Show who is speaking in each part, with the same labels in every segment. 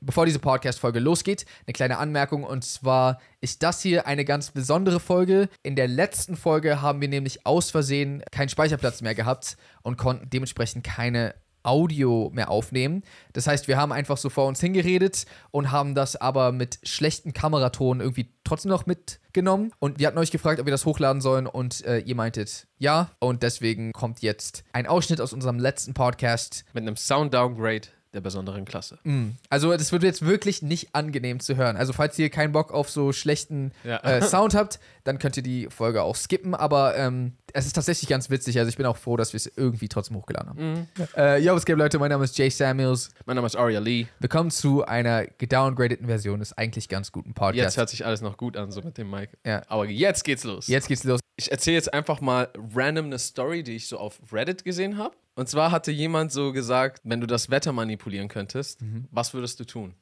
Speaker 1: bevor diese Podcast-Folge losgeht, eine kleine Anmerkung und zwar ist das hier eine ganz besondere Folge. In der letzten Folge haben wir nämlich aus Versehen keinen Speicherplatz mehr gehabt und konnten dementsprechend keine Audio mehr aufnehmen. Das heißt, wir haben einfach so vor uns hingeredet und haben das aber mit schlechten Kameraton irgendwie trotzdem noch mitgenommen. Und wir hatten euch gefragt, ob wir das hochladen sollen und äh, ihr meintet ja. Und deswegen kommt jetzt ein Ausschnitt aus unserem letzten Podcast.
Speaker 2: Mit einem Sound-Downgrade der besonderen Klasse.
Speaker 1: Mm. Also das wird jetzt wirklich nicht angenehm zu hören. Also falls ihr keinen Bock auf so schlechten
Speaker 2: Ja.
Speaker 1: äh, Sound habt, dann könnt ihr die Folge auch skippen. Aber ähm, es ist tatsächlich ganz witzig. Also ich bin auch froh, dass wir es irgendwie trotzdem hochgeladen haben.
Speaker 2: Mhm.
Speaker 1: Äh, yo, was geht, Leute? Mein Name ist Jay Samuels.
Speaker 2: Mein Name ist Aria Lee.
Speaker 1: Willkommen zu einer gedowngradeten Version des eigentlich ganz guten
Speaker 2: Jetzt
Speaker 1: Podcasts.
Speaker 2: hört sich alles noch gut an, so mit dem Mic.
Speaker 1: Ja.
Speaker 2: Aber jetzt geht's los.
Speaker 1: Jetzt geht's los.
Speaker 2: Ich erzähle jetzt einfach mal random eine Story, die ich so auf Reddit gesehen habe. Und zwar hatte jemand so gesagt, wenn du das Wetter manipulieren könntest,
Speaker 1: Mhm.
Speaker 2: was würdest du tun?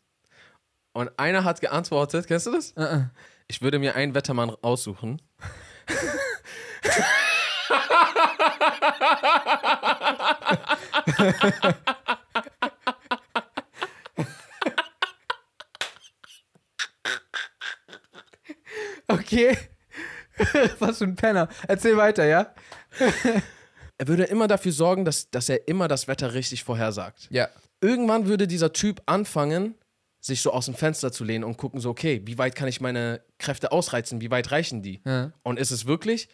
Speaker 2: Und einer hat geantwortet, kennst du das?
Speaker 1: Äh,
Speaker 2: Ich würde mir einen Wettermann aussuchen.
Speaker 1: Okay. Was für ein Penner. Erzähl weiter, ja?
Speaker 2: Er würde immer dafür sorgen, dass, dass er immer das Wetter richtig vorhersagt.
Speaker 1: Ja.
Speaker 2: Irgendwann würde dieser Typ anfangen, sich so aus dem Fenster zu lehnen und gucken so, okay, wie weit kann ich meine Kräfte ausreizen? Wie weit reichen die?
Speaker 1: Ja.
Speaker 2: Und ist es wirklich?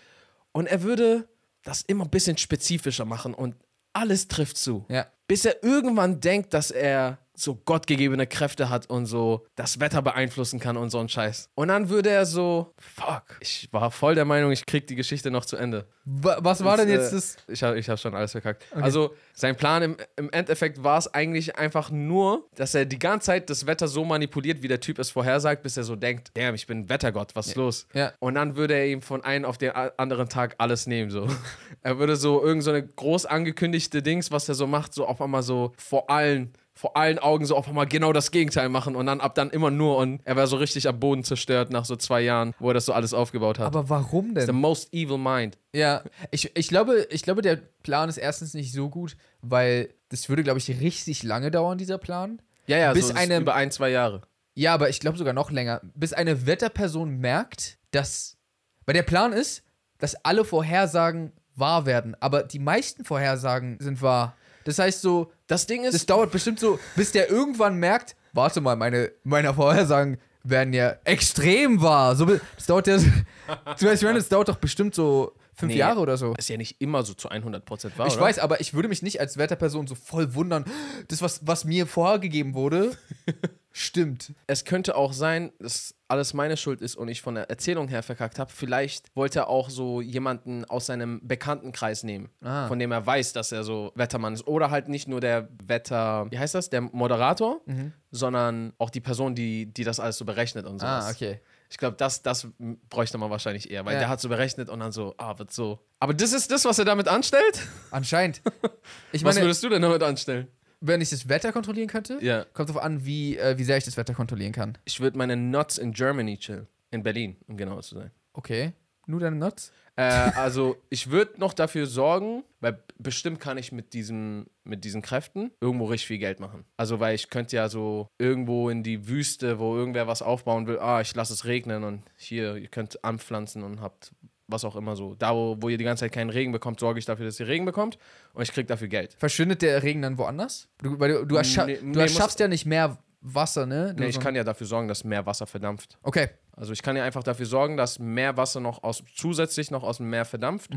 Speaker 2: Und er würde das immer ein bisschen spezifischer machen und alles trifft zu.
Speaker 1: Ja.
Speaker 2: Bis er irgendwann denkt, dass er so gottgegebene Kräfte hat und so das Wetter beeinflussen kann und so ein Scheiß. Und dann würde er so, fuck, ich war voll der Meinung, ich krieg die Geschichte noch zu Ende.
Speaker 1: Wa- Was war denn
Speaker 2: äh,
Speaker 1: jetzt das?
Speaker 2: Ich habe ich hab schon alles verkackt. Also sein Plan im, im Endeffekt war es eigentlich einfach nur, dass er die ganze Zeit das Wetter so manipuliert, wie der Typ es vorhersagt, bis er so denkt, damn, ich bin ein Wettergott, was ist los?
Speaker 1: Ja.
Speaker 2: Und dann würde er ihm von einem auf den a- anderen Tag alles nehmen. So. er würde so irgend so eine groß angekündigte Dings, was er so macht, so auf einmal so vor allen vor allen Augen so auf einmal genau das Gegenteil machen und dann ab dann immer nur und er war so richtig am Boden zerstört nach so zwei Jahren, wo er das so alles aufgebaut hat.
Speaker 1: Aber warum
Speaker 2: The
Speaker 1: denn?
Speaker 2: most evil mind.
Speaker 1: Ja, ich, ich, glaube, ich glaube, der Plan ist erstens nicht so gut, weil das würde, glaube ich, richtig lange dauern, dieser Plan.
Speaker 2: Ja, ja,
Speaker 1: Bis
Speaker 2: so, das ist
Speaker 1: eine-
Speaker 2: über ein, zwei Jahre.
Speaker 1: Ja, aber ich glaube sogar noch länger. Bis eine Wetterperson merkt, dass. Weil der Plan ist, dass alle Vorhersagen wahr werden. Aber die meisten Vorhersagen sind wahr. Das heißt so,
Speaker 2: Das Ding ist,
Speaker 1: das dauert bestimmt so, bis der irgendwann merkt, warte mal, meine, meine Vorhersagen werden ja extrem wahr. So, be- das dauert ja. Zum Beispiel, das dauert doch bestimmt so fünf
Speaker 2: Nee.
Speaker 1: Jahre oder so.
Speaker 2: ist ja nicht immer so zu 100% wahr.
Speaker 1: Ich
Speaker 2: oder?
Speaker 1: weiß, aber ich würde mich nicht als Wetterperson so voll wundern. Das, was, was mir vorgegeben wurde, stimmt.
Speaker 2: Es könnte auch sein, dass alles meine Schuld ist und ich von der Erzählung her verkackt habe. Vielleicht wollte er auch so jemanden aus seinem Bekanntenkreis nehmen,
Speaker 1: Ah.
Speaker 2: von dem er weiß, dass er so Wettermann ist. Oder halt nicht nur der Wetter, wie heißt das, der Moderator, sondern auch die Person, die, die das alles so berechnet und so.
Speaker 1: Ah, okay.
Speaker 2: Ich glaube, das, das m- bräuchte man wahrscheinlich eher, weil
Speaker 1: Ja.
Speaker 2: der hat so berechnet und dann so, ah, wird so. Aber das ist das, was er damit anstellt?
Speaker 1: Anscheinend. Ich
Speaker 2: was
Speaker 1: meine,
Speaker 2: würdest du denn damit anstellen?
Speaker 1: wenn ich das Wetter kontrollieren könnte,
Speaker 2: Ja.
Speaker 1: kommt drauf an, wie, äh, wie sehr ich das Wetter kontrollieren kann.
Speaker 2: Ich würde meine Nuts in Germany chillen. In Berlin, um genau zu sein.
Speaker 1: Okay. Nur deine Nuts?
Speaker 2: Äh, also, ich würde noch dafür sorgen, weil b- bestimmt kann ich mit, diesem, mit diesen Kräften irgendwo richtig viel Geld machen. Also, weil ich könnte ja so irgendwo in die Wüste, wo irgendwer was aufbauen will, ah, ich lasse es regnen und hier, ihr könnt anpflanzen und habt was auch immer so. Da, wo, wo ihr die ganze Zeit keinen Regen bekommt, sorge ich dafür, dass ihr Regen bekommt und ich krieg dafür Geld.
Speaker 1: Verschwindet der Regen dann woanders? Du, weil du, du, erscha
Speaker 2: Nee,
Speaker 1: du
Speaker 2: nee,
Speaker 1: erschaffst ja nicht mehr Wasser, ne? Du
Speaker 2: Nee, ich
Speaker 1: so-
Speaker 2: kann ja dafür sorgen, dass mehr Wasser verdampft.
Speaker 1: Okay.
Speaker 2: Also ich kann ja einfach dafür sorgen, dass mehr Wasser noch aus, zusätzlich noch aus dem Meer verdampft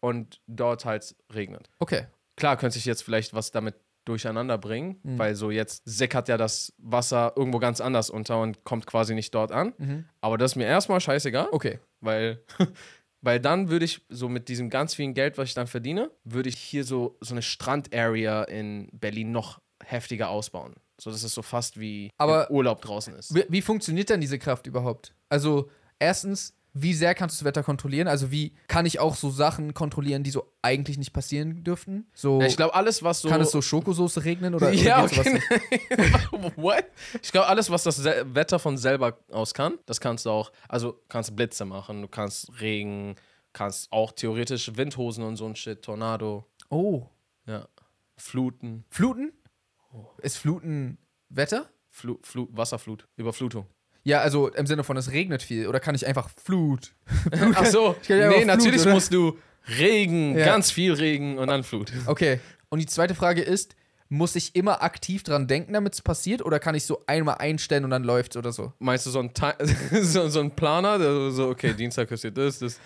Speaker 2: und dort halt regnet.
Speaker 1: Okay.
Speaker 2: Klar könnte ich jetzt vielleicht was damit durcheinander bringen, weil so jetzt sickert ja das Wasser irgendwo ganz anders unter und kommt quasi nicht dort an. Aber das ist mir erstmal scheißegal,
Speaker 1: Okay.
Speaker 2: weil, weil dann würde ich so mit diesem ganz vielen Geld, was ich dann verdiene, würde ich hier so, so eine Strandarea in Berlin noch heftiger ausbauen. So dass es so fast wie
Speaker 1: Aber-
Speaker 2: im Urlaub draußen ist.
Speaker 1: Wie, wie funktioniert denn diese Kraft überhaupt? Also, erstens, wie sehr kannst du das Wetter kontrollieren? Also, wie kann ich auch so Sachen kontrollieren, die so eigentlich nicht passieren dürften? So,
Speaker 2: Ja, Ich glaube, alles, was so.
Speaker 1: kann es so Schokosoße regnen oder, oder
Speaker 2: ja,
Speaker 1: geht sowas
Speaker 2: okay.
Speaker 1: nicht?
Speaker 2: What? Ich glaube, alles, was das Se- Wetter von selber aus kann, das kannst du auch. Also kannst Blitze machen, du kannst Regen, kannst auch theoretisch Windhosen und so ein Shit, Tornado,
Speaker 1: Oh.
Speaker 2: ja, Fluten. Oh.
Speaker 1: Fluten? Ist Fluten Wetter?
Speaker 2: Flu Flu Wasserflut, Überflutung.
Speaker 1: Ja, also im Sinne von, es regnet viel. Oder kann ich einfach Flut?
Speaker 2: Ach so,
Speaker 1: Ich kann ja
Speaker 2: nee,
Speaker 1: einfach
Speaker 2: natürlich
Speaker 1: Flut, oder?
Speaker 2: musst du Regen,
Speaker 1: Ja.
Speaker 2: ganz viel Regen und dann Flut.
Speaker 1: Okay. Und die zweite Frage ist, muss ich immer aktiv dran denken, damit es passiert? Oder kann ich so einmal einstellen und dann läuft's oder so?
Speaker 2: Meinst du so ein, Ti- so, so ein Planer, der so, okay, Dienstag passiert das, das.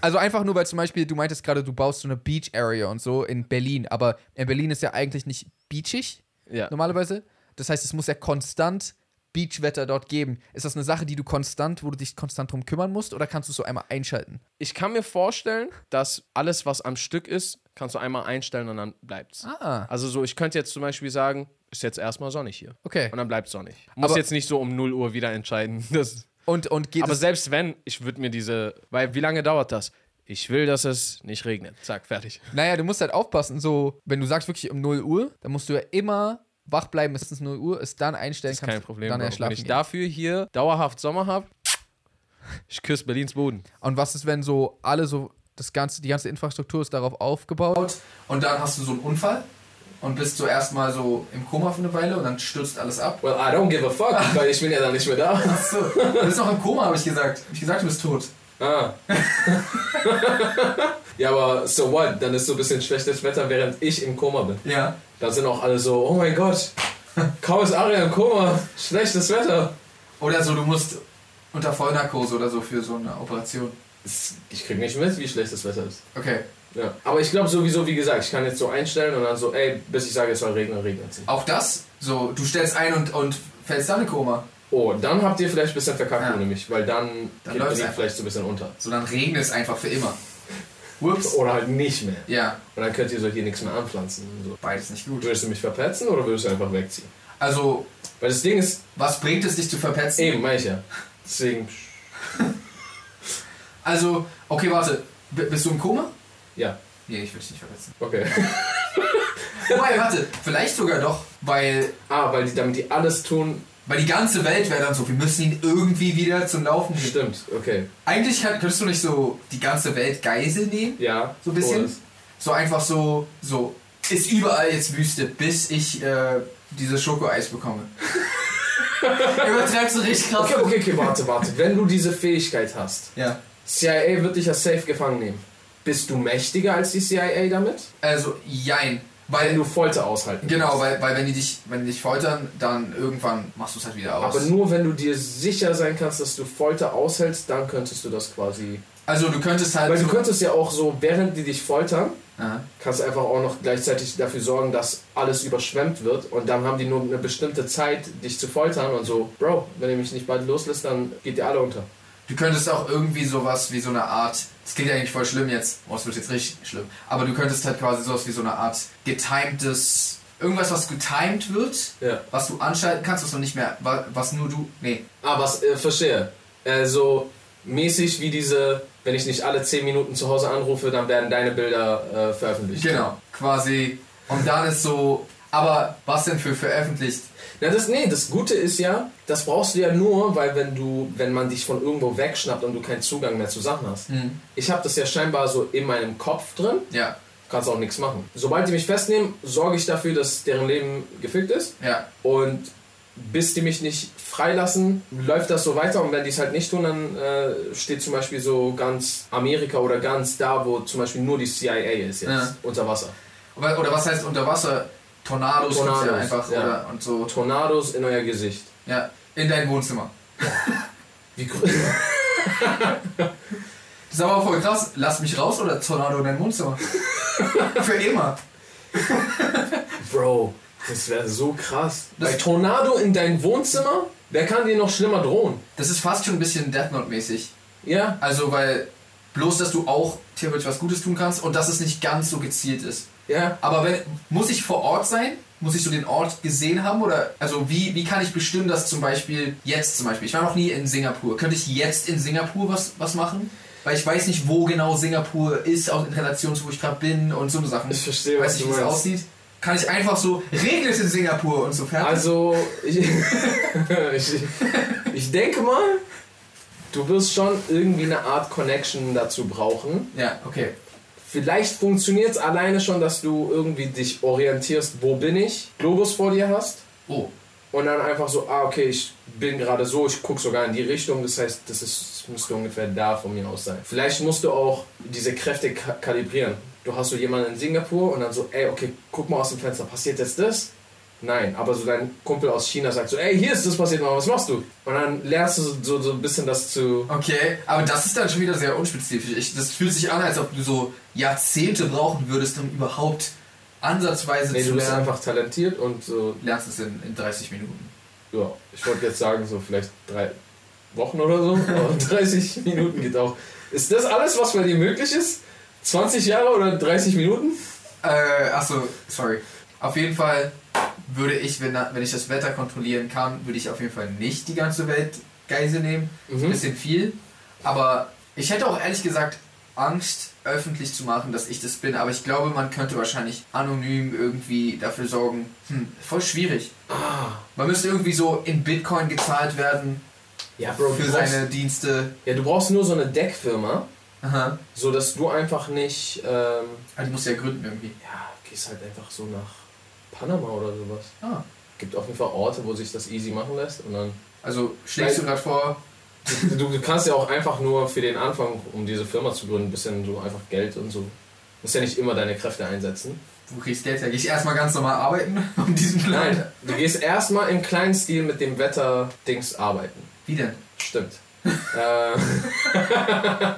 Speaker 1: Also einfach nur, weil zum Beispiel, du meintest gerade, du baust so eine Beach Area und so in Berlin. Aber in Berlin ist ja eigentlich nicht beachig
Speaker 2: Ja.
Speaker 1: normalerweise. Das heißt, es muss ja konstant Beachwetter dort geben. Ist das eine Sache, die du konstant, wo du dich konstant drum kümmern musst? Oder kannst du es so einmal einschalten?
Speaker 2: Ich kann mir vorstellen, dass alles, was am Stück ist, kannst du einmal einstellen und dann bleibt's.
Speaker 1: Ah,
Speaker 2: Also so, ich könnte jetzt zum Beispiel sagen, ist jetzt erstmal sonnig hier.
Speaker 1: okay.
Speaker 2: Und dann bleibt sonnig. Muss
Speaker 1: Aber-
Speaker 2: jetzt nicht so um 0 Uhr wieder entscheiden. Das,
Speaker 1: Und, und geht
Speaker 2: aber
Speaker 1: es
Speaker 2: selbst wenn, ich würde mir diese. Weil wie lange dauert das? Ich will, dass es nicht regnet. Zack, fertig.
Speaker 1: Naja, du musst halt aufpassen, so, wenn du sagst wirklich um 0 Uhr, dann musst du ja immer wach bleiben, bis es 0 Uhr ist, dann einstellen
Speaker 2: Ist
Speaker 1: kannst.
Speaker 2: kein Problem.
Speaker 1: Dann
Speaker 2: Bro.
Speaker 1: erst
Speaker 2: Wenn
Speaker 1: schlafen
Speaker 2: ich
Speaker 1: gehen.
Speaker 2: dafür hier dauerhaft Sommer habe, ich küsse Berlins Boden.
Speaker 1: Und was ist, wenn so alle so, das ganze, die ganze Infrastruktur ist darauf aufgebaut und dann hast du so einen Unfall und bist so erstmal so im Koma für eine Weile und dann stürzt alles ab.
Speaker 2: Well, I don't give a fuck, weil ich bin ja dann nicht mehr da.
Speaker 1: Achso, du bist noch im Koma, habe ich gesagt. Hab ich gesagt, du bist tot.
Speaker 2: Ah. ja, aber so what? Dann ist so ein bisschen schlechtes Wetter, während ich im Koma bin.
Speaker 1: Ja.
Speaker 2: Da sind auch alle so, oh mein Gott, kaum ist Aria im Koma, schlechtes Wetter.
Speaker 1: Oder so, du musst unter Vollnarkose oder so für so eine Operation.
Speaker 2: Ich krieg nicht mit, wie schlecht das Wetter ist.
Speaker 1: Okay.
Speaker 2: Ja. Aber ich glaube sowieso, wie gesagt, ich kann jetzt so einstellen und dann so, ey, bis ich sage, es soll regnen, regnet es.
Speaker 1: Auch das, so, du stellst ein und, und fällst dann in Koma.
Speaker 2: Oh, dann habt ihr vielleicht ein bisschen verkackt
Speaker 1: Ja.
Speaker 2: ohne mich, weil dann,
Speaker 1: Dann
Speaker 2: geht
Speaker 1: läuft's
Speaker 2: Berlin
Speaker 1: einfach.
Speaker 2: vielleicht so ein bisschen unter.
Speaker 1: So, dann regnet es einfach für immer. Whoops.
Speaker 2: Oder halt nicht mehr.
Speaker 1: Ja,
Speaker 2: Und dann könnt ihr so hier nichts mehr anpflanzen. Und so.
Speaker 1: beides nicht gut.
Speaker 2: Würdest du mich verpetzen oder würdest du einfach wegziehen?
Speaker 1: Also,
Speaker 2: Weil das Ding ist,
Speaker 1: was bringt es, dich zu verpetzen?
Speaker 2: eben, mach ich ja. Deswegen,
Speaker 1: Also, okay, warte. B bist du im Koma?
Speaker 2: ja,
Speaker 1: Nee, ich will dich nicht verpetzen.
Speaker 2: okay.
Speaker 1: Wobei, warte, vielleicht sogar doch, weil,
Speaker 2: Ah, weil die, damit die alles tun,
Speaker 1: weil die ganze Welt wäre dann so, wir müssen ihn irgendwie wieder zum Laufen bringen.
Speaker 2: stimmt, okay.
Speaker 1: Eigentlich kann, könntest du nicht so die ganze Welt Geisel nehmen?
Speaker 2: Ja.
Speaker 1: So ein bisschen?
Speaker 2: Oh, das-
Speaker 1: So einfach so, so, ist überall jetzt Wüste, bis ich äh, dieses Schokoeis bekomme. Übertreibst du richtig krass.
Speaker 2: Okay, okay, okay, warte, warte. Wenn du diese Fähigkeit hast,
Speaker 1: Ja.
Speaker 2: CIA wird dich ja safe gefangen nehmen. Bist du mächtiger als die CIA damit?
Speaker 1: Also, jein.
Speaker 2: Wenn
Speaker 1: Weil,
Speaker 2: du Folter aushalten
Speaker 1: genau,
Speaker 2: kannst.
Speaker 1: weil, weil wenn, die dich, wenn die dich foltern, dann irgendwann machst du es halt wieder aus.
Speaker 2: Aber nur wenn du dir sicher sein kannst, dass du Folter aushältst, dann könntest du das quasi.
Speaker 1: Also du könntest halt.
Speaker 2: Weil du
Speaker 1: so-
Speaker 2: könntest ja auch so, während die dich foltern,
Speaker 1: Aha.
Speaker 2: kannst du einfach auch noch gleichzeitig dafür sorgen, dass alles überschwemmt wird und dann haben die nur eine bestimmte Zeit, dich zu foltern und so, Bro, wenn ihr mich nicht bald loslässt, dann geht ihr alle unter.
Speaker 1: Du könntest auch irgendwie sowas wie so eine Art. Das klingt eigentlich voll schlimm jetzt. Oh, es wird jetzt richtig schlimm. Aber du könntest halt quasi sowas wie so eine Art getimtes. Irgendwas, was getimed wird,
Speaker 2: Ja.
Speaker 1: was du anschalten kannst, was du nicht mehr. wa- Was nur du. Nee.
Speaker 2: Ah, was, äh, verstehe. Äh, so mäßig wie diese, wenn ich nicht alle 10 Minuten zu Hause anrufe, dann werden deine Bilder äh, veröffentlicht.
Speaker 1: Genau. Quasi. Und dann ist so. Aber was denn für veröffentlicht?
Speaker 2: Na, das, nee, das Gute ist ja, das brauchst du ja nur, weil wenn du, wenn man dich von irgendwo wegschnappt und du keinen Zugang mehr zu Sachen hast. Ich habe das ja scheinbar so in meinem Kopf drin.
Speaker 1: Ja.
Speaker 2: kannst auch nichts machen. Sobald die mich festnehmen, sorge ich dafür, dass deren Leben gefickt ist.
Speaker 1: Ja.
Speaker 2: Und bis die mich nicht freilassen, läuft das so weiter. Und wenn die es halt nicht tun, dann äh, steht zum Beispiel so ganz Amerika oder ganz da, wo zum Beispiel nur die CIA ist jetzt
Speaker 1: Ja.
Speaker 2: unter Wasser.
Speaker 1: Oder, oder was heißt unter Wasser? Tornados, gibt's ja
Speaker 2: Tornados,
Speaker 1: einfach.
Speaker 2: ja.
Speaker 1: Oder, und so.
Speaker 2: Tornados in euer Gesicht.
Speaker 1: Ja. In dein Wohnzimmer.
Speaker 2: Wie groß?
Speaker 1: Das ist aber voll krass. Lass mich raus oder Tornado in dein Wohnzimmer. Für immer.
Speaker 2: Bro, das wäre so krass.
Speaker 1: Das-
Speaker 2: Bei Tornado in dein Wohnzimmer? Wer kann dir noch schlimmer drohen?
Speaker 1: Das ist fast schon ein bisschen Death Note-mäßig.
Speaker 2: Ja?
Speaker 1: Also, weil bloß, dass du auch theoretisch was Gutes tun kannst und dass es nicht ganz so gezielt ist.
Speaker 2: Ja?
Speaker 1: Aber wenn, muss ich vor Ort sein? Muss ich so den Ort gesehen haben? Oder, also, wie, wie kann ich bestimmen, dass zum Beispiel jetzt zum Beispiel, ich war noch nie in Singapur, könnte ich jetzt in Singapur was, was machen? Weil ich weiß nicht, wo genau Singapur ist, auch in Relation zu, wo ich gerade bin und so eine Sachen.
Speaker 2: Ich verstehe, was
Speaker 1: weiß nicht,
Speaker 2: du
Speaker 1: wie es
Speaker 2: meinst.
Speaker 1: aussieht. Kann ich einfach so, regnet in Singapur und so fertig?
Speaker 2: Also, ich, ich, ich denke mal, du wirst schon irgendwie eine Art Connection dazu brauchen.
Speaker 1: ja, okay.
Speaker 2: Vielleicht funktioniert es alleine schon, dass du irgendwie dich orientierst, wo bin ich, Globus vor dir hast
Speaker 1: Oh,
Speaker 2: und dann einfach so, ah, okay, ich bin gerade so, ich gucke sogar in die Richtung, das heißt, das, ist, das müsste ungefähr da von mir aus sein. Vielleicht musst du auch diese Kräfte ka kalibrieren. Du hast so jemanden in Singapur und dann so, ey, okay, guck mal aus dem Fenster, passiert jetzt das? Nein, aber so dein Kumpel aus China sagt so, ey, hier ist das passiert, Mann, was machst du? Und dann lernst du so, so ein bisschen das zu...
Speaker 1: Okay, aber das ist dann schon wieder sehr unspezifisch. Ich, das fühlt sich an, als ob du so Jahrzehnte brauchen würdest, um überhaupt ansatzweise
Speaker 2: Nee,
Speaker 1: zu
Speaker 2: du bist
Speaker 1: lernen.
Speaker 2: einfach talentiert und so,
Speaker 1: Lernst es in, in 30 Minuten.
Speaker 2: ja, ich wollte jetzt sagen, so vielleicht drei Wochen oder so, aber 30 Minuten geht auch. Ist das alles, was bei dir möglich ist? 20 Jahre oder 30 Minuten?
Speaker 1: Äh, achso, sorry. Auf jeden Fall würde ich, wenn, wenn ich das Wetter kontrollieren kann, würde ich auf jeden Fall nicht die ganze Welt Geisel nehmen. Ist ein
Speaker 2: Mhm.
Speaker 1: bisschen viel. Aber ich hätte auch ehrlich gesagt Angst, öffentlich zu machen, dass ich das bin. Aber ich glaube, man könnte wahrscheinlich anonym irgendwie dafür sorgen. Hm, voll schwierig. Man müsste irgendwie so in Bitcoin gezahlt werden
Speaker 2: Ja, Bro,
Speaker 1: für
Speaker 2: du brauchst,
Speaker 1: seine Dienste.
Speaker 2: ja, du brauchst nur so eine Deckfirma,
Speaker 1: Aha.
Speaker 2: so dass du einfach nicht, ähm,
Speaker 1: Ah, die muss ja gründen irgendwie.
Speaker 2: ja, gehst halt einfach so nach Panama oder sowas.
Speaker 1: Ah.
Speaker 2: Gibt auf jeden Fall Orte, wo sich das easy machen lässt und dann
Speaker 1: Also schlägst du gerade vor,
Speaker 2: Du, du kannst ja auch einfach nur für den Anfang, um diese Firma zu gründen, ein bisschen so einfach Geld und so. Musst ja nicht immer deine Kräfte einsetzen.
Speaker 1: wo kriegst du Geld her? Gehe ich erstmal ganz normal arbeiten um diesen Plan.
Speaker 2: Nein, du gehst erstmal im kleinen Stil mit dem Wetter-Dings arbeiten.
Speaker 1: Wie denn?
Speaker 2: Stimmt. äh,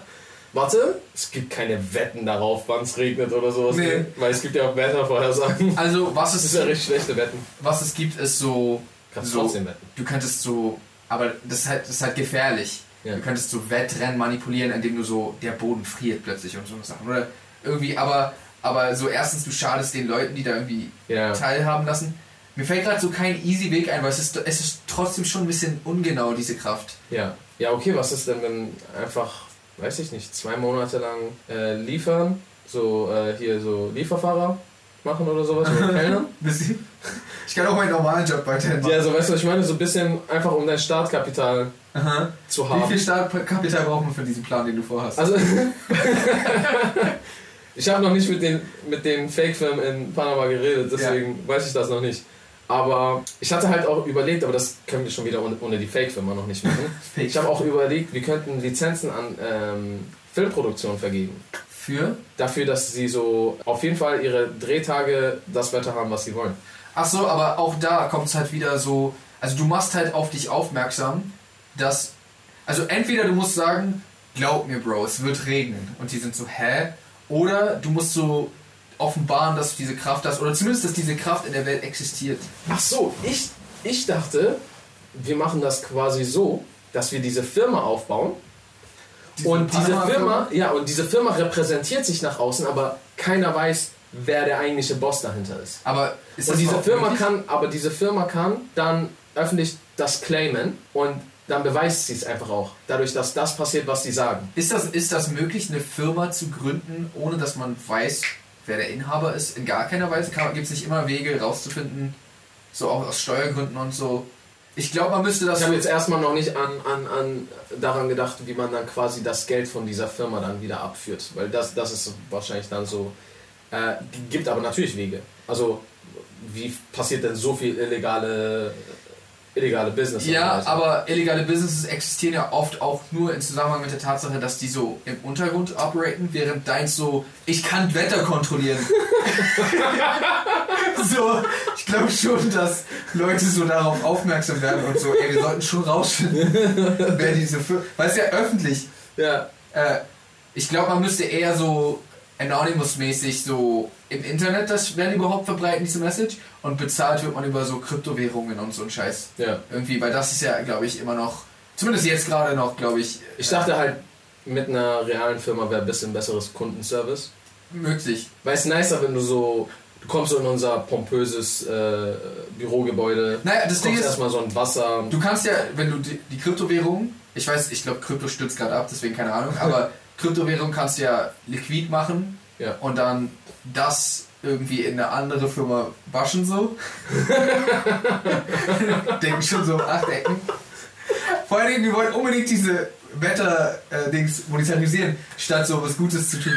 Speaker 2: warte, es gibt keine Wetten darauf, wann es regnet oder sowas.
Speaker 1: Nee.
Speaker 2: Weil es gibt ja auch Wettervorhersagen.
Speaker 1: Also, was
Speaker 2: Das ist
Speaker 1: es,
Speaker 2: ja richtig schlechte Wetten.
Speaker 1: was es gibt, ist so.
Speaker 2: Kannst
Speaker 1: So.
Speaker 2: trotzdem wetten.
Speaker 1: Du könntest so. Aber das ist halt, das ist halt gefährlich.
Speaker 2: Ja.
Speaker 1: Du könntest so Wettrennen manipulieren, indem du so. Der Boden friert plötzlich und so eine Sachen. Oder irgendwie, aber. Aber so, erstens, du schadest den Leuten, die da irgendwie
Speaker 2: Ja.
Speaker 1: teilhaben lassen. Mir fällt gerade so kein easy Weg ein, weil es ist, es ist trotzdem schon ein bisschen ungenau, diese Kraft.
Speaker 2: Ja. ja, okay, was ist denn, wenn einfach, weiß ich nicht, zwei Monate lang äh, liefern, so äh, hier so Lieferfahrer machen oder sowas oder Kellner?
Speaker 1: Ich kann auch meinen normalen Job weiterhin machen.
Speaker 2: Ja, so weißt du, was ich meine, so ein bisschen einfach um dein Startkapital
Speaker 1: Aha.
Speaker 2: zu
Speaker 1: Wie viel
Speaker 2: haben.
Speaker 1: Startkapital braucht man für diesen Plan, den du vorhast?
Speaker 2: Also ich habe noch nicht mit den mit den Fake-Firmen in Panama geredet, deswegen weiß ich das noch nicht. Aber ich hatte halt auch überlegt, aber das können wir schon wieder ohne, ohne die Fake-Firma noch nicht machen. Also, Ich habe auch überlegt, wir könnten Lizenzen an ähm, Filmproduktionen vergeben.
Speaker 1: Für?
Speaker 2: dafür, dass sie so auf jeden Fall ihre Drehtage das Wetter haben, was sie wollen.
Speaker 1: Ach so, aber auch da kommt es halt wieder so, also du machst halt auf dich aufmerksam, dass, also entweder du musst sagen, glaub mir, Bro, es wird regnen. Und die sind so, hä? Oder du musst so offenbaren, dass du diese Kraft hast, oder zumindest, dass diese Kraft in der Welt existiert.
Speaker 2: Ach so, ich, ich dachte, wir machen das quasi so, dass wir diese Firma aufbauen und diese
Speaker 1: Panama-
Speaker 2: Firma, ja, und diese Firma repräsentiert sich nach außen, aber keiner weiß, wer der eigentliche Boss dahinter ist.
Speaker 1: Aber ist
Speaker 2: und
Speaker 1: das
Speaker 2: diese
Speaker 1: überhaupt
Speaker 2: Firma
Speaker 1: möglich?
Speaker 2: kann, aber diese Firma kann dann öffentlich das claimen und dann beweist sie es einfach auch, dadurch, dass das passiert, was sie sagen.
Speaker 1: Ist das, ist das möglich, eine Firma zu gründen, ohne dass man weiß, wer der Inhaber ist? In gar keiner Weise gibt es nicht immer Wege rauszufinden, so auch aus Steuergründen und so. Ich glaube, man müsste das
Speaker 2: Ich habe jetzt erstmal noch nicht an, an, an daran gedacht, wie man dann quasi das Geld von dieser Firma dann wieder abführt. Weil das, das ist wahrscheinlich dann so. Äh, gibt aber natürlich Wege. Also, wie passiert denn so viel illegale, illegale Business?
Speaker 1: Ja,
Speaker 2: Also,
Speaker 1: aber illegale Businesses existieren ja oft auch nur im Zusammenhang mit der Tatsache, dass die so im Untergrund operaten, während deins so, ich kann Wetter kontrollieren. so, ich glaube schon, dass Leute so darauf aufmerksam werden und so, ey, wir sollten schon rausfinden, wer diese Firma. Weil es ja öffentlich.
Speaker 2: Ja,
Speaker 1: Äh, ich glaube, man müsste eher so Anonymous-mäßig so im Internet das, wenn überhaupt, verbreiten, diese Message. Und bezahlt wird man über so Kryptowährungen und so ein Scheiß.
Speaker 2: ja.
Speaker 1: Irgendwie, weil das ist ja, glaube ich, immer noch, zumindest jetzt gerade noch, glaube ich,
Speaker 2: Ich dachte halt, mit einer realen Firma wäre ein bisschen besseres Kundenservice.
Speaker 1: möglich.
Speaker 2: Weil es nicer, wenn du so. Du kommst so in unser pompöses äh, Bürogebäude.
Speaker 1: Naja, das
Speaker 2: du
Speaker 1: Ding
Speaker 2: kommst
Speaker 1: ist-
Speaker 2: erstmal so ein Wasser.
Speaker 1: Du kannst ja, wenn du die, die Kryptowährung, ich weiß, ich glaube, Krypto stürzt gerade ab, deswegen keine Ahnung, aber Kryptowährung kannst du ja liquid machen
Speaker 2: Ja.
Speaker 1: und dann das irgendwie in eine andere Firma waschen so. Denken schon so um acht Ecken. Vor allen Dingen, wir wollen unbedingt diese Wetter-Dings monetarisieren, statt so was Gutes zu tun.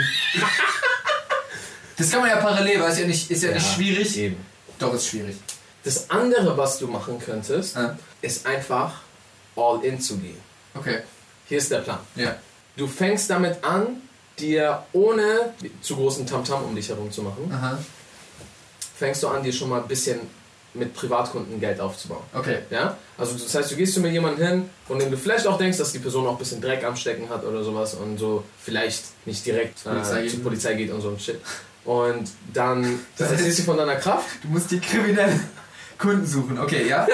Speaker 1: Das kann man ja parallel, weil es ja nicht, ist ja, nicht schwierig.
Speaker 2: Eben.
Speaker 1: Doch, ist schwierig. Ah,
Speaker 2: Das andere, was du machen könntest,
Speaker 1: Ja.
Speaker 2: ist einfach all in zu gehen.
Speaker 1: Okay.
Speaker 2: Hier ist der Plan.
Speaker 1: Ja.
Speaker 2: Du fängst damit an, dir ohne zu großen Tamtam um dich herum zu machen,
Speaker 1: Aha.
Speaker 2: fängst du an, dir schon mal ein bisschen mit Privatkunden Geld aufzubauen.
Speaker 1: Okay.
Speaker 2: Ja? Also das heißt, du gehst zu mir jemanden hin, von dem du vielleicht auch denkst, dass die Person auch ein bisschen Dreck am Stecken hat oder sowas und so vielleicht nicht direkt zur
Speaker 1: Polizei
Speaker 2: Polizei, äh,
Speaker 1: geht.
Speaker 2: zur Polizei geht und so ein Shit. Und dann das erzählst du von deiner Kraft,
Speaker 1: Du musst dir kriminelle Kunden suchen. Okay, ja?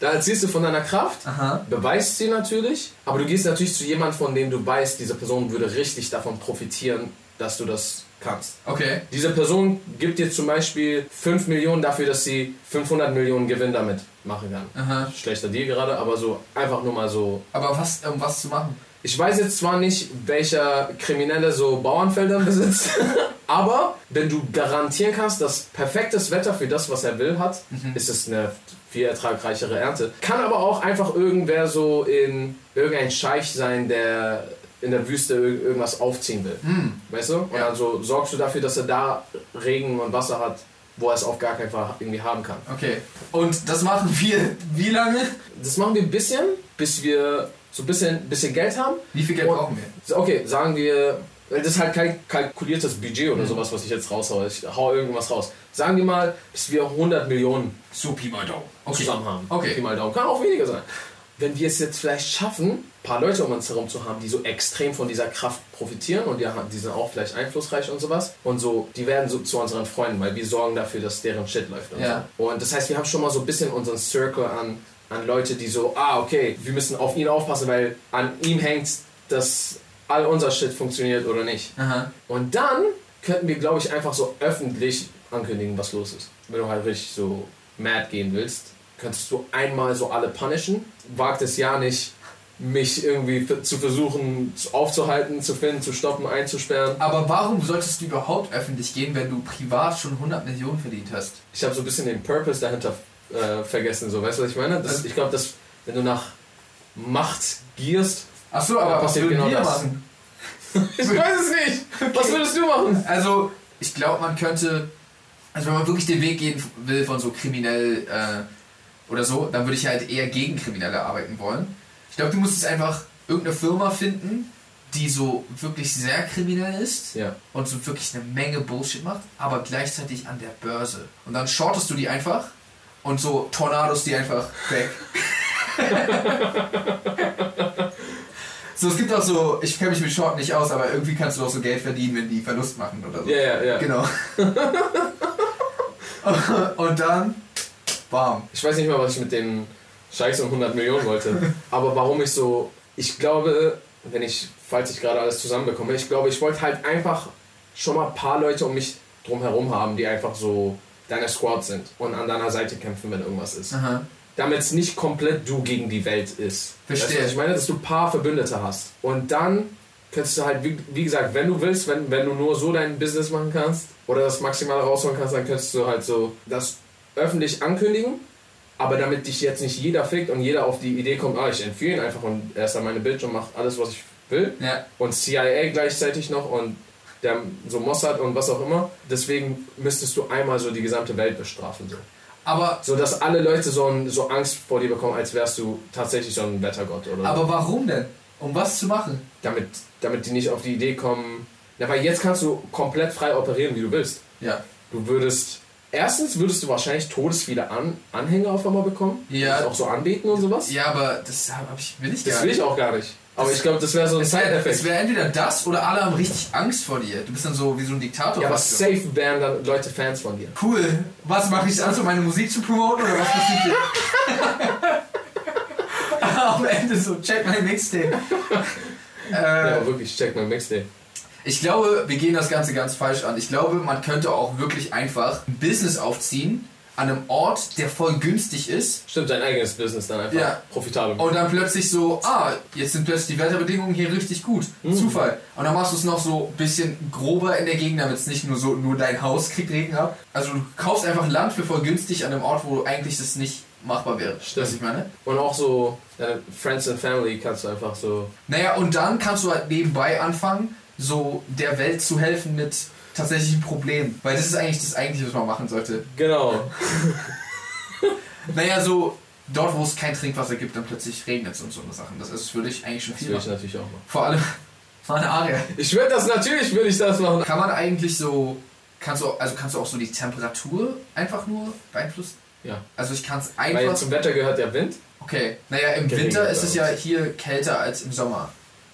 Speaker 2: da erzählst du von deiner Kraft,
Speaker 1: Aha.
Speaker 2: beweist sie natürlich, aber du gehst natürlich zu jemandem, von dem du weißt, diese Person würde richtig davon profitieren, dass du das kannst.
Speaker 1: Okay.
Speaker 2: Diese Person gibt dir zum Beispiel 5 Millionen dafür, dass sie 500 Millionen Gewinn damit machen kann.
Speaker 1: Aha.
Speaker 2: Schlechter Deal gerade, aber so einfach nur mal so
Speaker 1: Aber was, um was zu machen?
Speaker 2: Ich weiß jetzt zwar nicht, welcher Kriminelle so Bauernfelder besitzt, aber wenn du garantieren kannst, dass perfektes Wetter für das, was er will, hat,
Speaker 1: Mhm.
Speaker 2: ist es eine viel ertragreichere Ernte. Kann aber auch einfach irgendwer so in irgendein Scheich sein, der in der Wüste irg- irgendwas aufziehen will.
Speaker 1: Hm,
Speaker 2: Weißt du? Und
Speaker 1: Ja.
Speaker 2: also sorgst du dafür, dass er da Regen und Wasser hat, wo er es auf gar keinen Fall irgendwie haben kann.
Speaker 1: Okay. Und das machen wir wie lange?
Speaker 2: Das machen wir ein bisschen, bis wir so ein bisschen, bisschen Geld haben.
Speaker 1: Wie viel Geld
Speaker 2: Und-
Speaker 1: brauchen wir?
Speaker 2: So, Okay, sagen wir, das ist halt kein kalkuliertes Budget oder sowas, was ich jetzt raushaue. Ich hau irgendwas raus. Sagen wir mal, bis wir 100 Millionen
Speaker 1: So Pi mal Daumen. Okay.
Speaker 2: zusammen haben.
Speaker 1: Okay.
Speaker 2: Pi mal Daumen. Kann auch weniger sein. Wenn wir es jetzt vielleicht schaffen, ein paar Leute um uns herum zu haben, die so extrem von dieser Kraft profitieren und die, haben- die sind auch vielleicht einflussreich und sowas. Und so, die werden so zu unseren Freunden, weil wir sorgen dafür, dass deren Shit läuft. Und,
Speaker 1: Ja.
Speaker 2: so. und das heißt, wir haben schon mal so ein bisschen unseren Circle an, an Leute, die so, ah, okay, wir müssen auf ihn aufpassen, weil an ihm hängt, dass all unser Shit funktioniert oder nicht.
Speaker 1: Aha.
Speaker 2: Und dann könnten wir, glaube ich, einfach so öffentlich ankündigen, was los ist. Wenn du halt richtig so mad gehen willst, könntest du einmal so alle punishen. Wagt es ja nicht, mich irgendwie f- zu versuchen zu- aufzuhalten, zu finden, zu stoppen, einzusperren.
Speaker 1: Aber warum solltest du überhaupt öffentlich gehen, wenn du privat schon 100 Millionen verdient hast?
Speaker 2: Ich habe so ein bisschen den Purpose dahinter äh, vergessen, so weißt du, was ich meine? Das, ich glaube, dass wenn du nach Macht gierst,
Speaker 1: Ach so,
Speaker 2: Ja,
Speaker 1: aber was
Speaker 2: passiert
Speaker 1: würden
Speaker 2: genau
Speaker 1: wir
Speaker 2: das.
Speaker 1: machen?
Speaker 2: ich weiß es nicht. Was würdest du machen?
Speaker 1: Also, ich glaube, man könnte, also wenn man wirklich den Weg gehen will von so kriminell äh, oder so, dann würde ich halt eher gegen Kriminelle arbeiten wollen. Ich glaube, du musstest einfach irgendeine Firma finden, die so wirklich sehr kriminell ist
Speaker 2: Ja,
Speaker 1: und so wirklich eine Menge Bullshit macht, aber gleichzeitig an der Börse. Und dann shortest du die einfach und so Tornados die einfach weg. so, es gibt auch so, ich kenne mich mit Short nicht aus, aber irgendwie kannst du auch so Geld verdienen, wenn die Verlust machen oder so.
Speaker 2: ja, ja. ja.
Speaker 1: Genau. und dann, bam.
Speaker 2: Ich weiß nicht mehr, was ich mit den Scheiß und 100 Millionen wollte. Aber warum ich so. Ich glaube, wenn ich, falls ich gerade alles zusammenbekomme, ich glaube, ich wollte halt einfach schon mal ein paar Leute um mich drumherum haben, die einfach so deine Squad sind und an deiner Seite kämpfen, wenn irgendwas ist.
Speaker 1: Aha.
Speaker 2: Damit es nicht komplett du gegen die Welt ist.
Speaker 1: Verstehe.
Speaker 2: Weißt du, was ich meine, dass du ein paar Verbündete hast. Und dann kannst du halt, wie, wie gesagt, wenn du willst, wenn, wenn du nur so dein Business machen kannst oder das Maximale rausholen kannst, dann könntest du halt so das öffentlich ankündigen. Aber damit dich jetzt nicht jeder fickt und jeder auf die Idee kommt, ah, ich entführe ihn einfach und er ist an meine Bitch und macht alles, was ich will.
Speaker 1: Ja.
Speaker 2: Und CIA gleichzeitig noch und der, so Mossad und was auch immer. Deswegen müsstest du einmal so die gesamte Welt bestrafen. So.
Speaker 1: Aber,
Speaker 2: So dass alle Leute so, ein, so Angst vor dir bekommen, als wärst du tatsächlich so ein Wettergott oder so.
Speaker 1: aber warum denn? Um was zu machen?
Speaker 2: damit, damit die nicht auf die Idee kommen. Na, weil jetzt kannst du komplett frei operieren, wie du willst.
Speaker 1: Ja.
Speaker 2: Du würdest. Erstens würdest du wahrscheinlich todesviele An Anhänger auf einmal bekommen. die
Speaker 1: Ja.
Speaker 2: dich Auch so anbeten und sowas.
Speaker 1: Ja, aber das hab hab ich, will ich gar
Speaker 2: Das
Speaker 1: nicht.
Speaker 2: will ich auch gar nicht. Aber
Speaker 1: Das-
Speaker 2: ich glaube, das wäre so ein
Speaker 1: Es wäre
Speaker 2: Side-Effekt.
Speaker 1: wär entweder das oder alle haben richtig Angst vor dir. Du bist dann so wie so ein Diktator.
Speaker 2: Ja, aber
Speaker 1: Weißt du?
Speaker 2: safe wären dann Leute Fans von dir.
Speaker 1: Cool. Was mache ich also, meine Musik zu promoten oder was passiert hier? Am Ende so, check mein Mixtape.
Speaker 2: Ja,
Speaker 1: äh,
Speaker 2: aber wirklich, check mein Mixtape.
Speaker 1: ich glaube, wir gehen das Ganze ganz falsch an. Ich glaube, man könnte auch wirklich einfach ein Business aufziehen an einem Ort, der voll günstig ist
Speaker 2: Stimmt, dein eigenes Business dann einfach
Speaker 1: Ja.
Speaker 2: profitabel.
Speaker 1: Und dann plötzlich so, ah, jetzt sind plötzlich die Wetterbedingungen hier richtig gut.
Speaker 2: Hm.
Speaker 1: Zufall. Und dann machst du es noch so ein bisschen grober in der Gegend, damit es nicht nur so, nur dein Haus kriegt Regen ab. Also du kaufst einfach Land für voll günstig an einem Ort, wo eigentlich das nicht machbar wäre.
Speaker 2: Stimmt.
Speaker 1: Was ich meine?
Speaker 2: Und auch so deine Friends and Family kannst du einfach so
Speaker 1: Naja, und dann kannst du halt nebenbei anfangen, so der Welt zu helfen mit tatsächlich ein Problem. Weil das ist eigentlich das eigentliche, was man machen sollte.
Speaker 2: Genau.
Speaker 1: Naja, so dort, wo es kein Trinkwasser gibt, dann plötzlich regnet es und so eine Sachen. Das ist, würde ich eigentlich schon
Speaker 2: Das
Speaker 1: viel
Speaker 2: will ich
Speaker 1: machen.
Speaker 2: natürlich auch machen.
Speaker 1: Vor allem, meine Aria.
Speaker 2: Ich würde das natürlich, würde ich das machen.
Speaker 1: Kann man eigentlich so, kannst du, also kannst du auch so die Temperatur einfach nur beeinflussen?
Speaker 2: Ja.
Speaker 1: Also ich kann es
Speaker 2: Weil
Speaker 1: einfach.
Speaker 2: zum Wetter gehört der Wind.
Speaker 1: Okay, naja, im
Speaker 2: Geregelt
Speaker 1: Winter ist
Speaker 2: bei
Speaker 1: es ja
Speaker 2: uns.
Speaker 1: hier kälter als im Sommer.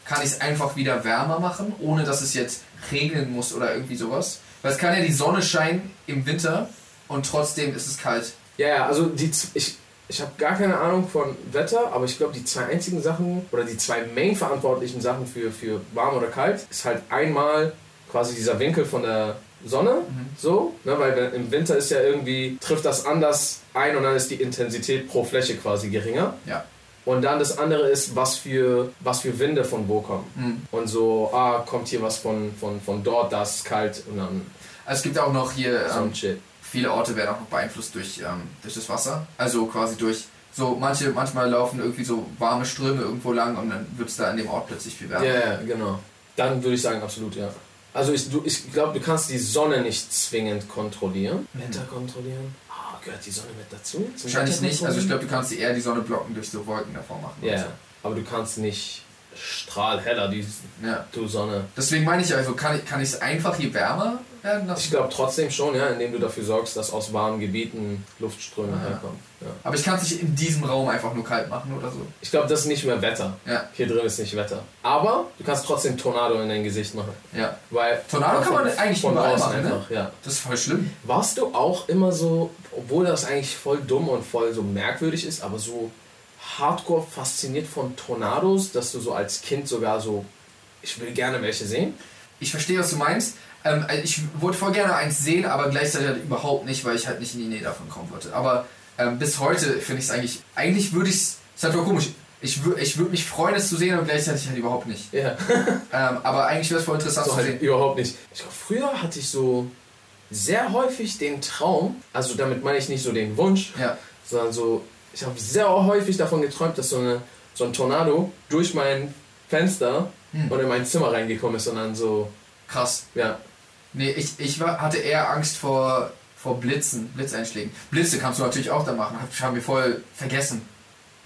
Speaker 1: Kann ich es einfach wieder wärmer machen, ohne dass es jetzt regnen muss oder irgendwie sowas? Weil es kann ja die Sonne scheinen im Winter und trotzdem ist es kalt.
Speaker 2: Ja, ja, also die, z- ich, ich habe gar keine Ahnung von Wetter, aber ich glaube, die zwei einzigen Sachen oder die zwei main verantwortlichen Sachen für, für warm oder kalt ist halt einmal quasi dieser Winkel von der Sonne, so, ne, weil wenn- im Winter ist ja irgendwie, trifft das anders ein und dann ist die Intensität pro Fläche quasi geringer.
Speaker 1: Ja.
Speaker 2: Und dann das andere ist, was für, was für Winde von wo kommen.
Speaker 1: Mhm.
Speaker 2: Und so, ah, kommt hier was von, von, von dort, das ist kalt und dann
Speaker 1: Also es gibt auch noch hier
Speaker 2: so
Speaker 1: ähm,
Speaker 2: ein Shit.
Speaker 1: viele Orte werden auch noch beeinflusst durch, ähm, durch das Wasser. Also quasi durch so manche, manchmal laufen irgendwie so warme Ströme irgendwo lang und dann wird es da an dem Ort plötzlich viel
Speaker 2: Ja,
Speaker 1: wärmer.
Speaker 2: ja, genau. Dann würde ich sagen, absolut, ja. Also ich, du- ich glaube, du kannst die Sonne nicht zwingend kontrollieren. Wetter kontrollieren. Ah, gehört die Sonne mit dazu? Zum
Speaker 1: Wahrscheinlich nicht.
Speaker 2: Wetter
Speaker 1: Also ich
Speaker 2: kontrollieren?
Speaker 1: glaube, du kannst eher die Sonne blocken durch so Wolken davor machen.
Speaker 2: Ja,
Speaker 1: und
Speaker 2: aber du kannst nicht strahlheller die
Speaker 1: So. ja.
Speaker 2: du Sonne.
Speaker 1: Deswegen meine ich also, kann ich kann ich es einfach hier wärmer werden
Speaker 2: Ich
Speaker 1: lassen?
Speaker 2: glaube trotzdem schon, ja, indem du dafür sorgst, dass aus warmen Gebieten Luftströme
Speaker 1: Ah, ja.
Speaker 2: herkommen. Ja.
Speaker 1: Aber ich kann es nicht in diesem Raum einfach nur kalt machen oder so.
Speaker 2: Ich glaube, das ist nicht mehr Wetter.
Speaker 1: Ja,
Speaker 2: Hier drin ist nicht Wetter. Aber du kannst trotzdem Tornado in dein Gesicht machen.
Speaker 1: ja.
Speaker 2: Weil
Speaker 1: Tornado kann man
Speaker 2: von-
Speaker 1: eigentlich
Speaker 2: von
Speaker 1: überall
Speaker 2: außen
Speaker 1: machen, ne?
Speaker 2: einfach, ja.
Speaker 1: Das ist voll schlimm.
Speaker 2: Warst du auch immer so, obwohl das eigentlich voll dumm und voll so merkwürdig ist, aber so hardcore fasziniert von Tornados, dass du so als Kind sogar so, ich will gerne welche sehen?
Speaker 1: Ich verstehe, was du meinst. Ähm, also ich wollte voll gerne eins sehen, aber gleichzeitig halt überhaupt nicht, weil ich halt nicht in die Nähe davon kommen wollte. Aber ähm, bis heute finde ich es eigentlich. Eigentlich würde ich es. Ist halt voll komisch. Ich, wür, ich würde mich freuen, es zu sehen, aber gleichzeitig halt überhaupt nicht.
Speaker 2: Ja,
Speaker 1: Ähm, aber eigentlich wäre es voll interessant
Speaker 2: so
Speaker 1: zu
Speaker 2: halt
Speaker 1: sehen.
Speaker 2: überhaupt nicht. Ich glaub, früher hatte ich so sehr häufig den Traum, also damit meine ich nicht so den Wunsch,
Speaker 1: Ja.
Speaker 2: sondern so, ich habe sehr häufig davon geträumt, dass so, eine, so ein Tornado durch mein Fenster
Speaker 1: Hm.
Speaker 2: und in mein Zimmer reingekommen ist und dann so,
Speaker 1: Krass.
Speaker 2: ja,
Speaker 1: Nee, ich, ich war, hatte eher Angst vor, vor Blitzen, Blitzeinschlägen. Blitze kannst du natürlich auch da machen, hab, haben wir voll vergessen.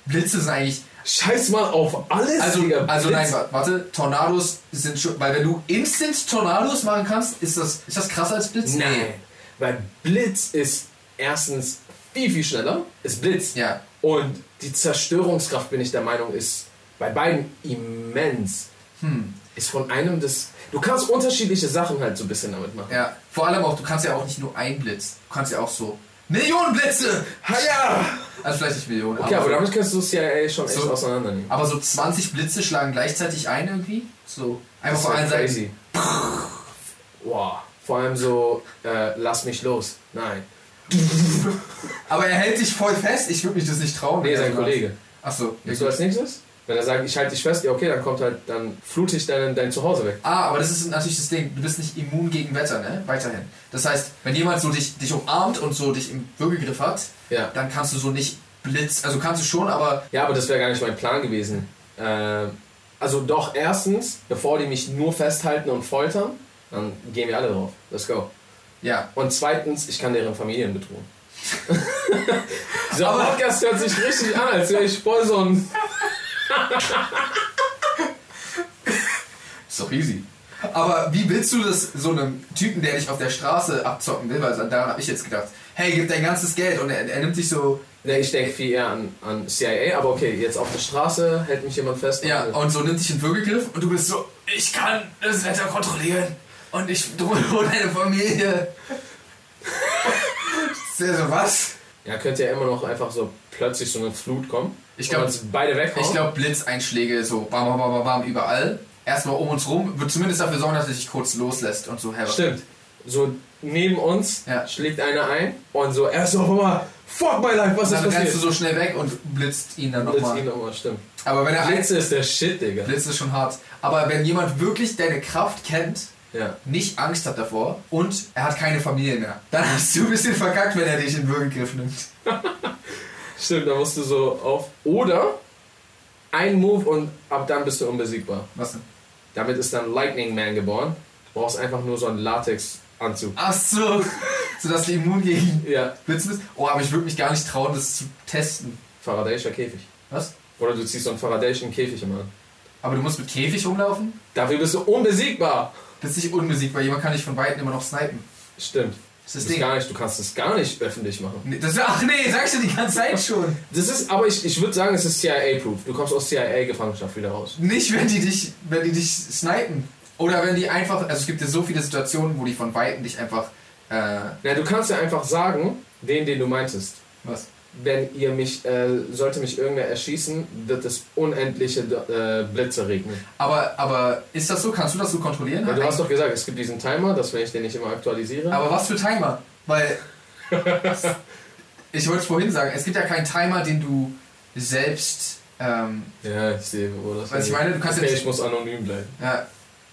Speaker 1: Blitze sind eigentlich.
Speaker 2: scheiß mal auf alles,
Speaker 1: Also,
Speaker 2: Digga,
Speaker 1: also nein,
Speaker 2: Blitz.
Speaker 1: wa- warte, Tornados sind schon. Weil wenn du Instant Tornados machen kannst, ist das, ist das krasser als Blitz?
Speaker 2: Nein, weil Blitz ist erstens viel, viel schneller, ist Blitz.
Speaker 1: Ja.
Speaker 2: Und die Zerstörungskraft, bin ich der Meinung, ist bei beiden immens.
Speaker 1: Hm.
Speaker 2: Ist von einem des. Du kannst unterschiedliche Sachen halt so ein bisschen damit machen.
Speaker 1: Ja. Vor allem auch, du kannst ja auch nicht nur einen Blitz. Du kannst ja auch so. Millionen Blitze!
Speaker 2: Ha, ja!
Speaker 1: Also vielleicht nicht Millionen,
Speaker 2: Okay, aber
Speaker 1: so,
Speaker 2: damit kannst du CIA schon echt
Speaker 1: So.
Speaker 2: auseinandernehmen.
Speaker 1: aber so 20 Blitze schlagen gleichzeitig ein irgendwie. So. Einfach
Speaker 2: Das
Speaker 1: vor
Speaker 2: ist
Speaker 1: allen
Speaker 2: halt
Speaker 1: Seiten.
Speaker 2: crazy. Wow. Vor allem so, äh, lass mich los. Nein.
Speaker 1: Aber er hält sich voll fest, ich würde mich das nicht trauen.
Speaker 2: Nee,
Speaker 1: wenn er
Speaker 2: sein
Speaker 1: so macht.
Speaker 2: Kollege.
Speaker 1: Ach so. ja,
Speaker 2: Willst du
Speaker 1: gut.
Speaker 2: als nächstes? Wenn er sagt, ich halte dich fest, ja okay, dann kommt halt, dann flute ich dein, dein Zuhause weg.
Speaker 1: Ah, aber das ist natürlich das Ding. Du bist nicht immun gegen Wetter, ne? Weiterhin. Das heißt, wenn jemand so dich, dich umarmt und so dich im Würgegriff hat,
Speaker 2: Ja.
Speaker 1: dann kannst du so nicht blitz. Also kannst du schon, aber
Speaker 2: Ja, aber das wäre gar nicht mein Plan gewesen. Ähm, also doch, erstens, bevor die mich nur festhalten und foltern, dann gehen wir alle drauf. Let's go.
Speaker 1: ja.
Speaker 2: Und zweitens, ich kann deren Familien bedrohen. Dieser
Speaker 1: Aber-
Speaker 2: Podcast hört sich richtig an, als wäre ich voll so ein...
Speaker 1: Ist doch easy. Aber wie willst du das so einem Typen, der dich auf der Straße abzocken will, weil daran habe ich jetzt gedacht, hey, gib dein ganzes Geld und er, er nimmt dich so.
Speaker 2: Ne, ich denke viel eher an, an CIA, aber okay, jetzt auf der Straße hält mich jemand fest.
Speaker 1: Ja,
Speaker 2: Und-
Speaker 1: und so nimmt dich in Würgegriff und du bist so, ich kann das Wetter kontrollieren und ich drohe deine Familie. Ist der so was?
Speaker 2: ja, könnte ja immer noch einfach so plötzlich so eine Flut kommen.
Speaker 1: Ich glaub-
Speaker 2: Und uns beide weghauen.
Speaker 1: Ich glaube, Blitzeinschläge, so bam, bam, bam, bam, bam, überall. Erstmal um uns rum, wird zumindest dafür sorgen, dass er dich kurz loslässt und so. Hey, was-
Speaker 2: Stimmt. So neben uns
Speaker 1: Ja.
Speaker 2: schlägt einer ein und so erst auf einmal, fuck my life, was
Speaker 1: Und
Speaker 2: ist
Speaker 1: Dann rennst
Speaker 2: passiert?
Speaker 1: du so schnell weg und blitzt ihn dann
Speaker 2: Blitz ihn
Speaker 1: nochmal.
Speaker 2: nochmal, stimmt.
Speaker 1: Aber wenn er
Speaker 2: Blitz ist der Shit, Digga.
Speaker 1: Blitz ist schon hart. Aber wenn jemand wirklich deine Kraft kennt,
Speaker 2: Ja.
Speaker 1: nicht Angst hat davor und er hat keine Familie mehr, dann hast du ein bisschen verkackt, wenn er dich in Würgegriff nimmt.
Speaker 2: Stimmt, da musst du so auf. Oder ein Move und ab dann bist du unbesiegbar.
Speaker 1: Was denn?
Speaker 2: Damit ist dann Lightning Man geboren. Du brauchst einfach nur so einen Latex Anzug.
Speaker 1: Ach so. Sodass du immun gegen
Speaker 2: Ja,
Speaker 1: Blitzen bist. Oh, aber ich würde mich gar nicht trauen, das zu testen.
Speaker 2: Faradayischer Käfig.
Speaker 1: Was?
Speaker 2: Oder du ziehst so einen Faradayischen Käfig immer an.
Speaker 1: Aber du musst mit Käfig rumlaufen?
Speaker 2: Dafür bist du unbesiegbar.
Speaker 1: Bist nicht unbesiegbar. Jemand kann dich von Weitem immer noch snipen.
Speaker 2: Stimmt.
Speaker 1: Das ist
Speaker 2: Das
Speaker 1: das
Speaker 2: ist
Speaker 1: Ding.
Speaker 2: gar nicht, du kannst das gar nicht öffentlich machen.
Speaker 1: Nee, Das, ach nee, sagst du die ganze Zeit schon.
Speaker 2: Das ist, aber ich, ich würde sagen, es ist CIA-proof. Du kommst aus CIA-Gefangenschaft wieder raus.
Speaker 1: Nicht, wenn die dich, wenn die dich snipen. Oder wenn die einfach, also es gibt ja so viele Situationen, wo die von Weitem dich einfach, äh,
Speaker 2: Na, du kannst ja einfach sagen, den, den du meintest.
Speaker 1: was?
Speaker 2: Wenn ihr mich, äh, sollte mich irgendwer erschießen, wird es unendliche äh, Blitze regnen.
Speaker 1: Aber, aber ist das so? Kannst du das so kontrollieren?
Speaker 2: Ja, du hast doch gesagt, es gibt diesen Timer, dass wenn ich den nicht immer aktualisiere.
Speaker 1: aber was für Timer? Weil, ich wollte es vorhin sagen, es gibt ja keinen Timer, den du selbst, ähm,
Speaker 2: ja, ich sehe, wo das
Speaker 1: Weißt du, ich meine, du kannst ja
Speaker 2: okay,
Speaker 1: nicht-
Speaker 2: ich muss anonym bleiben.
Speaker 1: ja,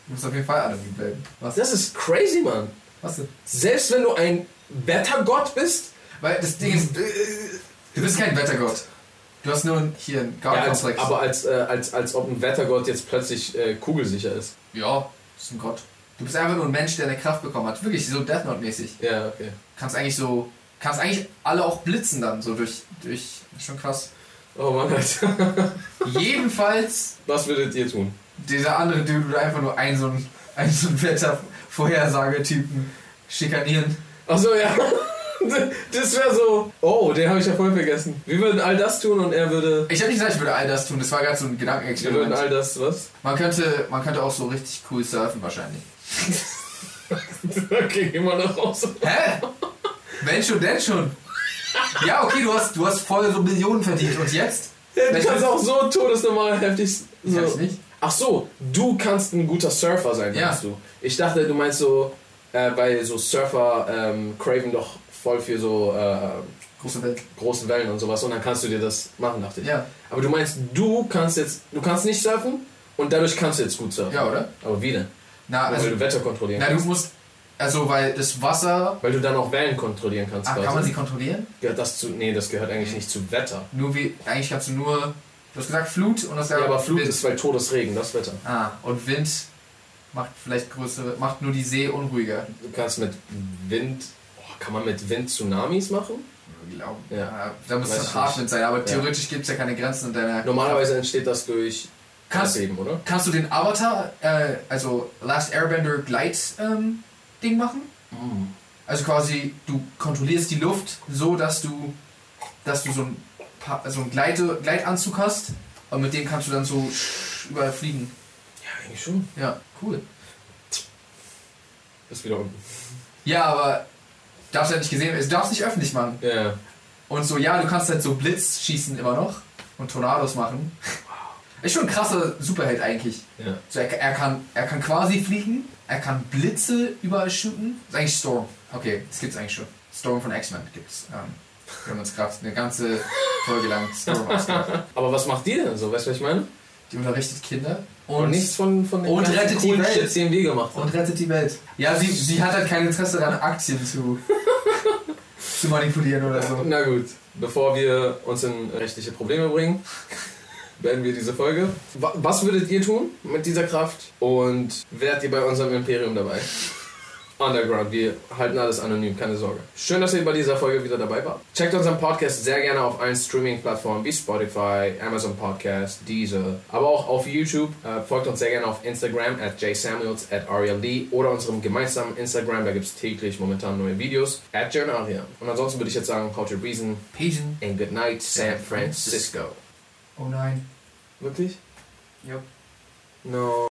Speaker 1: du musst auf jeden Fall anonym bleiben. Was?
Speaker 2: Das ist crazy, Mann.
Speaker 1: Was denn?
Speaker 2: Selbst wenn du ein Wettergott bist,
Speaker 1: Weil das Ding ist, du bist kein Wettergott. Du hast nur ein- hier einen
Speaker 2: ja, als,
Speaker 1: Gartenkomplex.
Speaker 2: aber als, äh, als, als ob ein Wettergott jetzt plötzlich äh, kugelsicher ist.
Speaker 1: Ja, ist ein Gott. Du bist einfach nur ein Mensch, der eine Kraft bekommen hat. Wirklich so Death Note-mäßig.
Speaker 2: Ja, okay.
Speaker 1: Kannst eigentlich so. Kannst eigentlich alle auch blitzen dann, so durch. durch ist schon krass.
Speaker 2: Oh Mann, Alter.
Speaker 1: Jedenfalls,
Speaker 2: Was würdet ihr tun?
Speaker 1: dieser andere Dude würde einfach nur einen so einen, einen so einen Wettervorhersagetypen schikanieren.
Speaker 2: Achso, ja. Das wäre so. Oh, den habe ich ja voll vergessen. Wir würden all das tun und er würde.
Speaker 1: Ich habe nicht gesagt, ich würde all das tun, das war gerade so ein
Speaker 2: Wir würden all
Speaker 1: Gedankenexperiment.
Speaker 2: das, was?
Speaker 1: Man könnte, man könnte auch so richtig cool surfen wahrscheinlich.
Speaker 2: Okay, geh mal nach Hause.
Speaker 1: Hä? Wenn schon, denn schon. Ja, okay, du hast, du hast voll so Millionen verdient. Und jetzt?
Speaker 2: Ja, Du
Speaker 1: Vielleicht
Speaker 2: kannst
Speaker 1: willst-
Speaker 2: auch so todesnormal heftig.
Speaker 1: Ich hab's
Speaker 2: So.
Speaker 1: nicht.
Speaker 2: Ach so, du kannst ein guter Surfer sein,
Speaker 1: Ja.
Speaker 2: meinst du? Ich dachte, du meinst so, äh, weil so Surfer ähm, craven doch voll für so äh,
Speaker 1: Große Welt.
Speaker 2: großen Wellen und sowas und dann kannst du dir das machen, dachte ich.
Speaker 1: Ja.
Speaker 2: Aber du meinst, du kannst jetzt, du kannst nicht surfen und dadurch kannst du jetzt gut surfen.
Speaker 1: Ja, oder?
Speaker 2: Aber wie denn?
Speaker 1: Na,
Speaker 2: Weil
Speaker 1: also
Speaker 2: du Wetter kontrollieren
Speaker 1: Na, du
Speaker 2: kannst.
Speaker 1: musst. Also, weil das Wasser.
Speaker 2: Weil du dann auch Wellen kontrollieren kannst.
Speaker 1: Ach,
Speaker 2: quasi.
Speaker 1: Ah, kann man sie kontrollieren?
Speaker 2: Gehört das zu, nee, das gehört eigentlich nicht zu Wetter.
Speaker 1: Nur wie. Eigentlich kannst du nur. Du hast gesagt Flut und das
Speaker 2: Ja, aber Flut
Speaker 1: Wind.
Speaker 2: ist weil Todesregen, das Wetter.
Speaker 1: Ah, und Wind macht vielleicht größere. Macht nur die See unruhiger.
Speaker 2: Du kannst mit Wind, oh, kann man mit Wind Tsunamis machen?
Speaker 1: Ich glaube.
Speaker 2: Ja.
Speaker 1: Ja. Ah, Da muss
Speaker 2: Weiß
Speaker 1: es
Speaker 2: ich
Speaker 1: ein Hartwind sein, aber
Speaker 2: Ja.
Speaker 1: theoretisch gibt es ja keine Grenzen in deiner.
Speaker 2: Normalerweise entsteht das durch
Speaker 1: Kannst-
Speaker 2: Erdbeben, oder?
Speaker 1: Kannst du den Avatar, äh, also Last Airbender Glide ähm, Ding machen? Also quasi, du kontrollierst die Luft so, dass du, dass du so ein, pa so ein Gleite Gleitanzug hast und mit dem kannst du dann so sch- überall fliegen.
Speaker 2: Ja, eigentlich schon.
Speaker 1: Ja, cool.
Speaker 2: Ist wieder unten.
Speaker 1: Ja, aber darfst du halt nicht gesehen werden. Du darfst nicht öffentlich machen.
Speaker 2: Ja, ja.
Speaker 1: Und so, ja, du kannst halt so Blitz schießen immer noch und Tornados machen. Ist schon ein krasser Superheld eigentlich.
Speaker 2: ja.
Speaker 1: So, er, er, kann, er kann quasi fliegen, er kann Blitze überall shooten. Ist eigentlich Storm. Okay, das gibt's eigentlich schon. Storm von X-Men gibt's. Ähm, wir haben uns gerade eine ganze Folge lang Storm ausgedacht.
Speaker 2: Aber was macht die denn so? Weißt du, was ich meine?
Speaker 1: Die unterrichtet Kinder
Speaker 2: Und
Speaker 1: und,
Speaker 2: nichts von, von den
Speaker 1: und
Speaker 2: ganzen
Speaker 1: rettet die
Speaker 2: coolen
Speaker 1: Welt.
Speaker 2: Shit, den wir gemacht haben.
Speaker 1: und rettet die Welt. Ja, sie, sie hat halt kein Interesse daran, Aktien zu, zu manipulieren oder so.
Speaker 2: Also, Na gut, bevor wir uns in rechtliche Probleme bringen, beenden wir diese Folge. Wa- Was würdet ihr tun mit dieser Kraft und wärt ihr bei unserem Imperium dabei? Underground, wir halten alles anonym, keine Sorge. Schön, dass ihr bei dieser Folge wieder dabei wart. Checkt unseren Podcast sehr gerne auf allen Streaming-Plattformen wie Spotify, Amazon Podcast, Deezer, aber auch auf YouTube. Äh, folgt uns sehr gerne auf Instagram at jsamuels at Lee oder unserem gemeinsamen Instagram, da gibt es täglich momentan neue Videos at Aria. Und ansonsten würde ich jetzt sagen, Culture Reason
Speaker 1: Pigeon.
Speaker 2: and good night, San Francisco.
Speaker 1: Oh nein.
Speaker 2: Wirklich?
Speaker 1: Jupp.
Speaker 2: No.